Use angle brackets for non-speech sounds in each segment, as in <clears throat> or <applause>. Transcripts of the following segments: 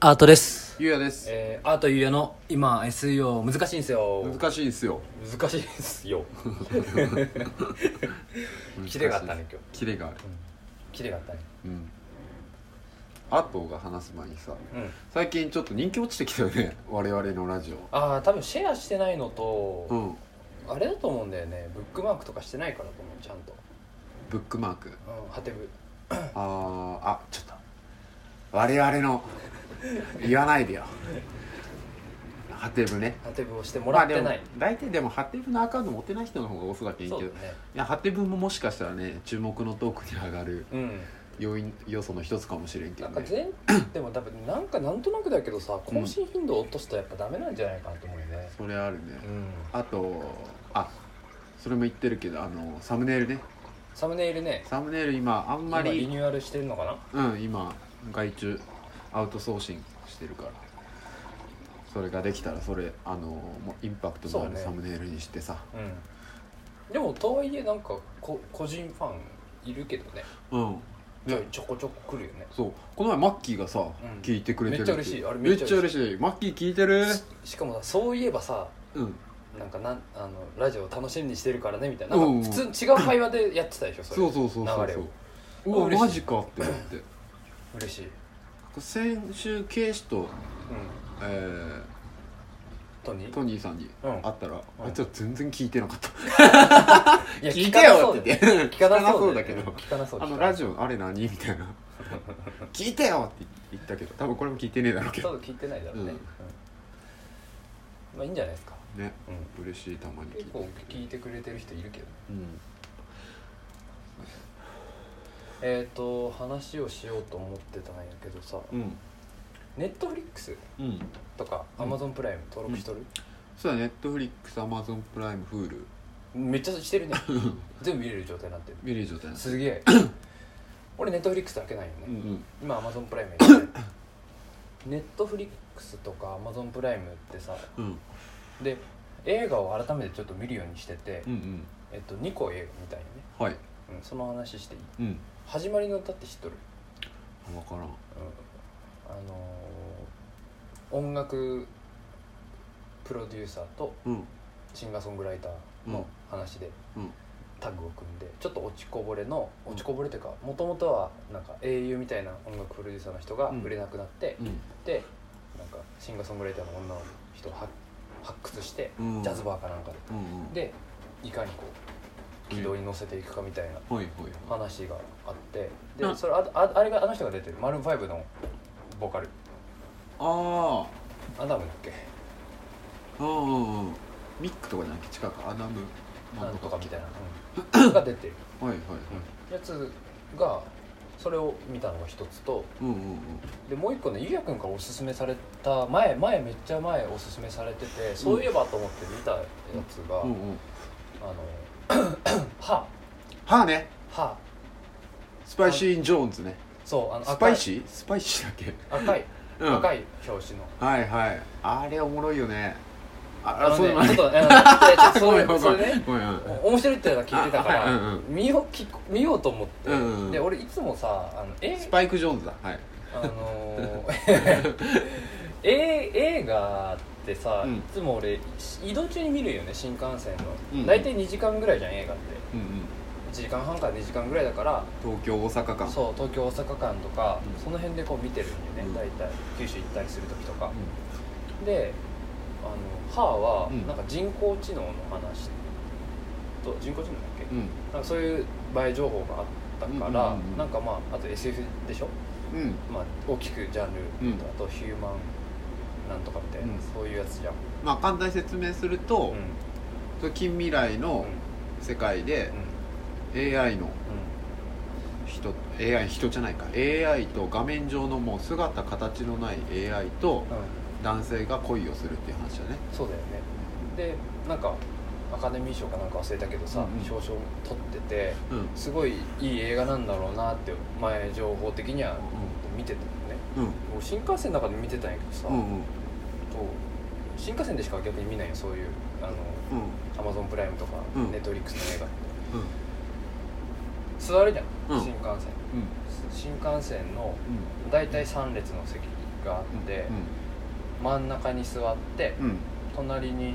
アートです、ゆうやですえー、アートゆうやの今 SEO 難しいんですよ難しいですよ難しいですよキレがあったね今日キレがあるキレがあったねうんアートが話す前にさうん最近ちょっと人気落ちてきたよね <laughs> 我々のラジああ多分シェアしてないのと、オうんあれだと思うんだよねブックマークとかしてないからと思うちゃんと、ブックマークうん、ハテブあーあちょっと我々の言わないでよハテブねハテブをしてもらってまなあいでも、大体でもハテブのアカウント持ってない人の方が多そうだけどいいそうけだどいよねやハテブももしかしたらね注目のトークに上がるうん要因要素の一つかもしれんけなどんかね全 <clears throat> でも多分なんかなんとなくだけどさ更新頻度を落とすとやっぱダメなんじゃないかなと思うよねそれあるね、うんあとあそれも言ってるけどあのサムネイルねサムネイルねサムネイル今あんま今リりニューアルしてるのかなうん今外注アウトソーシングしてるからそれができたらそれあのもうインパクトのあるそうねサムネイルにしてさうんでもとはいえなんかこ個人ファンいるけどねう,、ちねょちょこちょこ来るよねそうこの前マッキーがさ、ん聞いてくれてめるっちゃ嬉しいあれめめっっちちゃゃ嬉嬉しいマッキー聞いてるしかもさそういえばさうんなんかなんあのラジオ楽しみにしてるからねみたいなうなんうんんか普通違う会話でやってたでしょそれそうそうそうそ流うれそをううわ嬉しいマジかって思って嬉しい、うん、先週ケイシと、えー、トニートニーさんに会ったら、うんあいつは全然聞いてなかったいや聞聞いてかなよそうっだてよ言って聞かなそうだよけねど聞かなそうあの聞かなラそうジオあれ何みたいな聞いてよって言ったけど多分これも聞いてねえだろうけ多ど分聞いてないだろうね、うんうんまあいいんじゃないですか、ねうん、嬉しいたまに聞い結て構聞いてくれてる人いるけどうんえっ、ー、と話をしようと思ってたんやけどさうんネットフリックスうんとかうんアマゾンプライム登録しとる、そうだネットフリックスアマゾンプライムフールめっちゃして <laughs> るね全部見れる状態になってる見れる状態なんですすげえ <coughs> 俺ネットフリックスだけないよね、うん今アマゾンプライムやって <coughs> るネットフリックスとかアマゾンプライムってさうんうんで映画を改めてちょっと見るようにしてて、うんうんえっと、2個映画みたいよね、はいうん、その話していいうん始まりの歌って知っとる、分からんうん、あのー音楽プロデューサーとうんシンガーソングライターの話でうんタッグを組んでちょっと落ちこぼれのうん落ちこぼれというかもともとはなんか英雄みたいな音楽プロデューサーの人がうん売れなくなって、うんでなんかシンガーソングライターの女の人を発発掘して、うんジャズバーかなんかでうんうんでいかにこう軌道に乗せていくかみたいなはいはいはい話があってうでんそれあああれがあの人が出てるマルーン5のボーカルあアダムだっけあうんうんうんミックとかじゃなくて違うかアダムなんとかみたいなな、 <laughs> うんが出てるはいはいはいやつがそれを見たのが一つとうんうんうんでもう一個ねゆうやくんからおすすめされた前前めっちゃ前おすすめされててそういえばと思って見たやつが、うんうんあの <coughs> 歯歯ね歯スパイシー・ジョーンズねそうあのスパイーシースパイシーだっけ赤いうん赤い表紙の、はいはいあれおもろいよねああのそうねなちょっとの <laughs> あのいごめやんちょっとそれごそめんれねごめんうん面白いってのは聞いてたから、あはいうんう見よう聞こ見ようと思って、うんうんうんで俺いつもさあのえスパイク・ジョーンズだはいあのー <laughs> え映画ってさ、うんいつも俺移動中に見るよね新幹線うんうんの大体2時間ぐらいじゃん映画ってうんうん1時間半から2時間ぐらいだから東京大阪間そう東京大阪間とか、うんその辺でこう見てるんだようんね大体九州行ったりする時とか、であの歯はうんなんか人工知能の話と人工知能だっけ、うんうんなんかそういう前情報があったから、うんうんうんうんなんかまああと SF でしょうんまあ、大きくジャンル、うんあとヒューマンなんとかみたいな、うんそういうやつじゃん、まあ簡単に説明するうんとその近未来の世界で AI の人 AI 人じゃないか AI と画面上のもう姿形のない AI と男性が恋をするっていう話だねそうだよねでなんかアカデミー賞かなんか忘れたけどさ、うんうん表彰取っててうんすごいいい映画なんだろうなって前情報的には見てたのねうん俺新幹線の中で見てたんやけどさ、うんうんこう新幹線でしか逆に見ないよそういうあのうんアマゾンプライムとか、うんネットフリックスの映画ってうん座るじゃん、うん新幹線うん新幹線のうん大体3列の席があって、真ん中に座ってうんうん隣に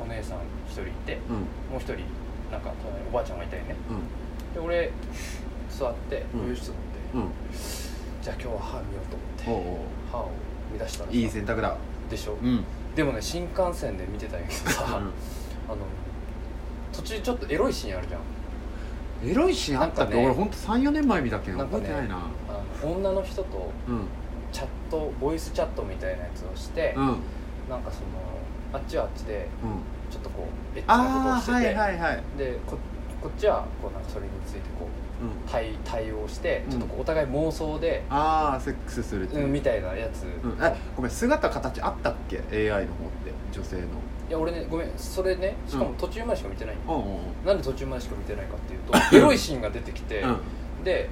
お姉さん一人いてうんもう一人なんか隣におばあちゃんがいたよねで俺座ってうん余裕室持って、うんうんじゃあ今日は歯見ようとおう思っておう歯を乱したらさいい選択だでしょ、うんでもね新幹線で見てたんやけどさ、あの途中ちょっとエロいシーンあるじゃんエロいシーンあったっけなんかね俺ほんと34年前見たっけななんか覚えねてないなあの女の人とうんチャットボイスチャットみたいなやつをして、うんうんなんかそのあっちはあっちでちょっとこうエッチなあことあをしはてて、いはいはいでここっちはこうなんかそれについてこううん対対応してうんちょっとこうお互い妄想で、ああセックスするってういん、うみたいなやつ、ういんえごめん姿形あったっけ AI の方って女性のや俺ねごめんそれねしかも途中までしか見てないんようんうんなんで途中までしか見てないかっていうと <laughs> エロいシーンが出てきて、うんで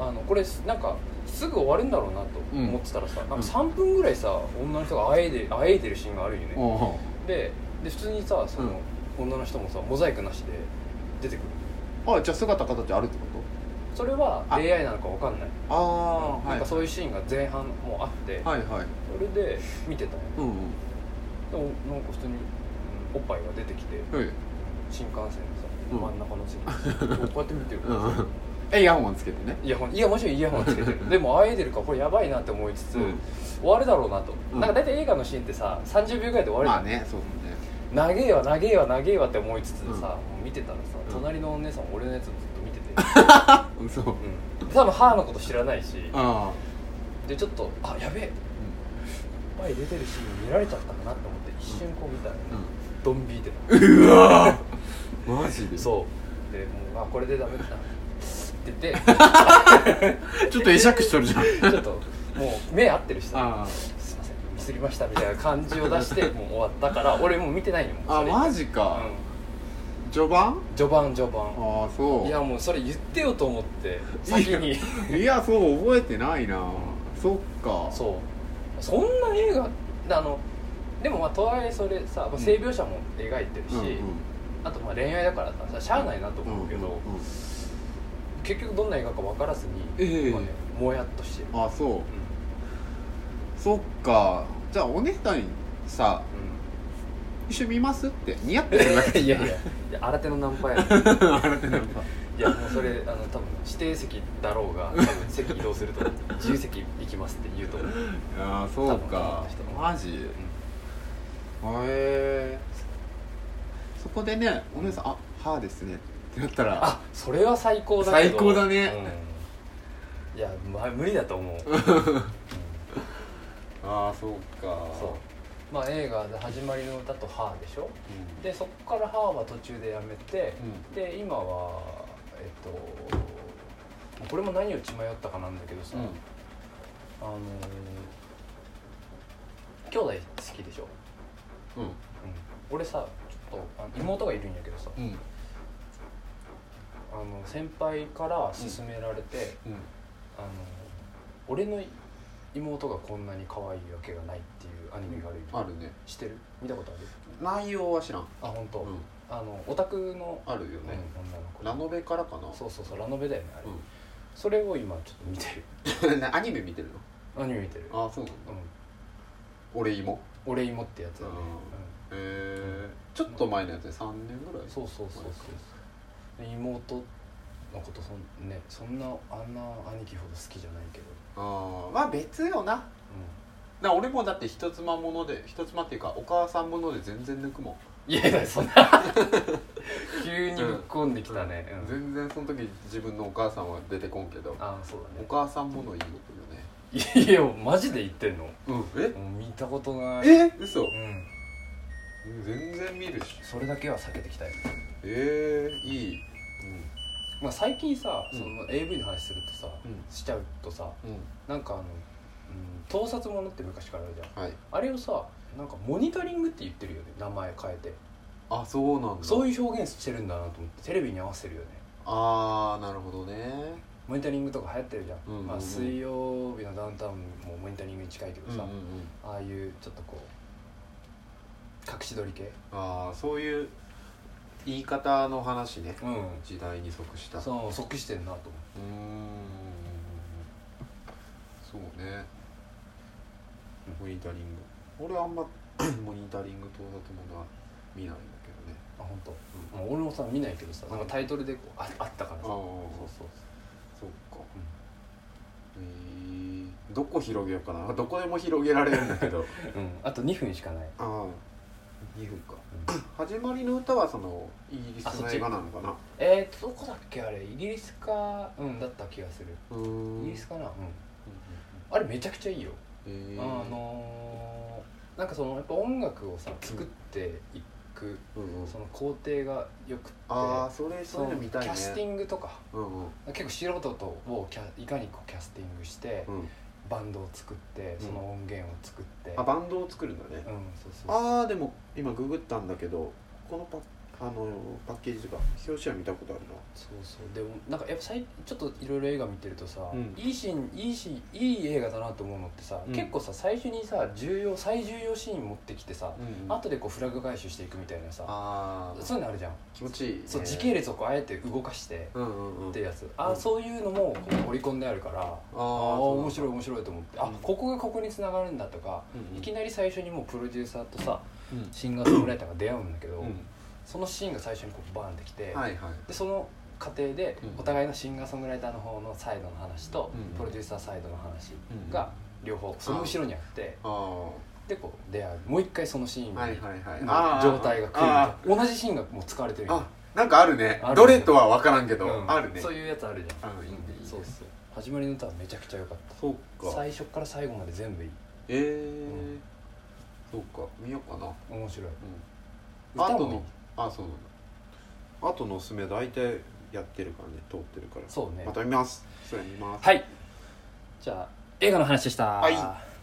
あのこれなんかすぐ終わるんだろうなと思ってたらさ、なんか3分ぐらいさ女の人があえいであえいでるシーンがあるよね、うんうんでで普通にさその、女の人もさモザイクなしで出てくるあじゃあ姿形あるってこそれはあ AI なのかわかんないとああなんかそういいうシーンが前半もあって、はいはいそれで見てたんようんうんでもなんか普通におっぱいが出てきてはい新幹線うのんさ真ん中の席に <laughs> こうやって見てるからうさんえイヤホンつけてねイヤホンいやもちろんイヤホンつけて <laughs> るでもあえいでるからこれやばいなって思いつつ、うん終わるだろうなと、うんなんか大体映画のシーンってさ30秒ぐらいで終わるじゃんまあねそうだね長えわ長えわ長えわって思いつつさ、うんもう見てたらさうん隣のお姉さん俺のやつずっと見て <laughs> て、うんそううん、多分母のこと知らないしああでちょっとあやべえおっぱい出てるシーン見られちゃったかなと思って一瞬こう見たらね、ドン引いてたうんうわー <laughs> マジでそうでもうあこれでダメだなって言 <laughs> ってちょっと会釈しとるじゃんちょっともう目合ってるしさあすいませんミスりましたみたいな感じを出 <laughs> してもう終わったから俺もう見てないよもうああそれマジかう序盤ん序盤序盤ああそういやもうそれ言ってよと思って先にいやそう覚えてないなそっかそうそんな映画あのでもまあとはいえそれさ、まあ、性描写も描いてるし、うんうんあとまあ恋愛だからさしゃあないなと思うけど、うんうんうん結局どんな映画か分からずに、ええまあね、もやっとしてる、あそううんそっかじゃあお姉さんにさ一緒に見ますって似合ってるわうけん <laughs> いやいやいや新手のナンパやねいやもうそれあの多分指定席だろうが多分席移動すると自由席行きますって言うと思う、うんああそうかマジへえそこでねお姉さん「あ歯ですね」ってなったらあそれは最高だけど最高だね、うんいや、まあ、無理だと <laughs> 思う、うんああそうかそうまあ映画で「始まりの歌」と「ハーでしょうんでそこから「ハーは途中でやめて、で今はえっとこれも何を血迷ったかなんだけどさ、うんあのー兄弟好きでしょ、うんうん、俺さちょっとあの妹がいるんやけどさうんうんあの先輩から勧められて、うんあの俺の妹がこんなに可愛いわけがないっていうアニメがあるよ、あるね知ってる見たことある内容は知らんあ本当、うんあのオタクの、あるようんね女の子ラノベからかなそうそうそうラノベだよねあれ、うんそれを今ちょっと見てる <laughs> アニメ見てるのアニメ見てるああそうなのうん、俺芋俺芋ってやつだね、へえちょっと前のやつで3年ぐらうんいそうそうそうそうで妹のことそん,、ね、そんなあんな兄貴ほど好きじゃないけど、ああまあ別よなな俺もだって人妻もので人妻っていうかお母さんもので全然抜くもんうん、いやいやそんな <laughs> 急にぶっ込んできたね、うん全然その時自分のお母さんは出てこんけどあそうお母さんものいいよねだねいやマジで言ってんのうんえ見たことないえ嘘うん全然見るしそれだけは避けてきたいええいいまあ最近さ、うんその AV の話するとさ、うんしちゃうとさうんうんなんかあの、うん、盗撮ものって昔からあるじゃんはいあれをさなんかモニタリングって言ってるよね名前変えてあそうなんだそういう表現してるんだなと思ってテレビに合わせるよねああなるほどねモニタリングとか流行ってるじゃん、うんうんうんまあ、水曜日のダウンタウンもモニタリングに近いけどさ、うんうんうんああいうちょっとこう隠し撮り系ああそういう言い方の話ねうん時代に即したうそう即してんなと思ってーんそうねモニタリング俺は <clears throat> あんまモニタリングと建物は見ないんだけどねあ本当。もう俺もさ見ないけどさなんかタイトルでこうああったからさああそうそうそっか、えーどこ広げようかな <laughs> どこでも広げられるんだけどそう、うん、 <laughs> あと2分しかないああ2分か <clears throat> 始まりの歌はそのイギリスの映画なのかなえー、っとどこだっけあれイギリスかうんだった気がするうーんイギリスかなうんあれめちゃくちゃいいよ、うんうんうんえーあのー、なんかそのやっぱ音楽をさ作っていく、うんうんその工程がよくってああそれそそうのいうの見たいねキャスティングとかうんうん結構素人とをキャいかにこうキャスティングして、うんバンドを作ってんその音源を作って、あバンドを作るんだねうんそうそうそうああでも今ググったんだけどこのパあのパッケージとか表紙は見たことあるなそうそうでもなんかやっぱ最ちょっといろいろ映画見てるとさ、うんいいシーンいいシーンいい映画だなと思うのってさ、うん結構さ最初にさ重要最重要シーン持ってきてさ、うん後でこうフラグ回収していくみたいなさああそういうのあるじゃん、気持ちいいねそう時系列をこうあえて動かしてうんうんうんってやつ、あうあんそういうのもこう織り込んであるから、ああーあそう面白い面白いと思って、うんあここがここに繋がるんだとか、うんうんいきなり最初にもうプロデューサーとさうんシンガーソングライターが出会うんだけど、うそのシーンが最初にこうバーンってきて、んはいはいでその過程でうんお互いのシンガーソングライターの方のサイドの話と、うんプロデューサーサイドの話が両方その後ろにあってああでこう出会うもう一回そのシーンはいはいはいのあー状態が来るみたいあな同じシーンがもう使われてるみたいあなんかあるねあるどれとは分からんけど、なうんあるねそういうやつあるじゃんあいいねいいねそうそう始まりの歌はめちゃくちゃ良かっそった最初から最後まで全部いいえーうんそうか見ようかな、面白いうん、歌後もいいのあそうなんだ後のおすすめ大体やってるからね通ってるからそうねまた見ますそれ見ますはいじゃあ映画の話でしたはい